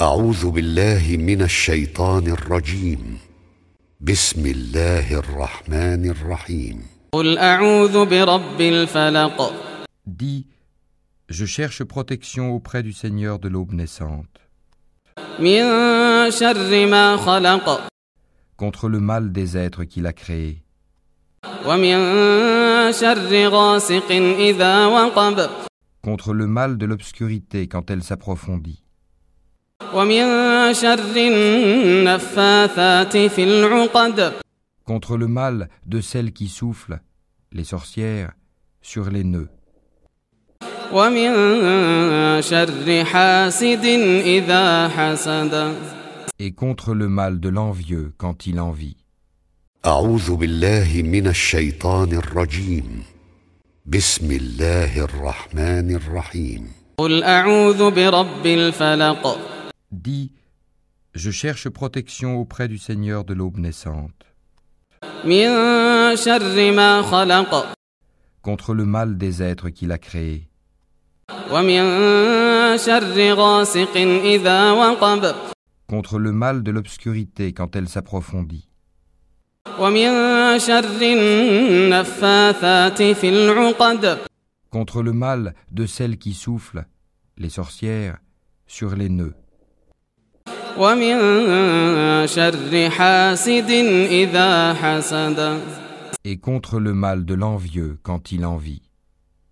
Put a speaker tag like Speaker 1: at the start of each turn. Speaker 1: اعوذ بالله من الشيطان الرجيم بسم الله الرحمن الرحيم
Speaker 2: قل أعوذ برب الفلق
Speaker 3: Dis, je cherche protection auprès du Seigneur de l'aube naissante,
Speaker 2: من شر ما خلق
Speaker 3: contre le mal des êtres qu'il a créés,
Speaker 2: ومن شر غاسق إذا وقب
Speaker 3: contre le mal de l'obscurité quand elle s'approfondit,
Speaker 2: ومن شر النفاثات في العقد
Speaker 3: contre le mal de celles qui soufflent, les sorcières, sur les nœuds,
Speaker 2: ومن شر حاسد إذا حسد
Speaker 3: et contre le mal de l'envieux quand il envie.
Speaker 1: اعوذ بالله من الشيطان الرجيم بسم الله الرحمن الرحيم
Speaker 2: قل أعوذ برب الفلق
Speaker 3: Dis, je cherche protection auprès du Seigneur de l'aube naissante,
Speaker 2: من شر ما خلق
Speaker 3: contre le mal des êtres qu'il a créés,
Speaker 2: ومن شر غاسق إذا وقب
Speaker 3: contre le mal de l'obscurité quand elle s'approfondit,
Speaker 2: ومن شر النفاثات في العقد
Speaker 3: contre le mal de celles qui soufflent, les sorcières, sur les nœuds,
Speaker 2: ومن شر حاسد إذا حسد
Speaker 3: et contre le mal de l'envieux quand il envie.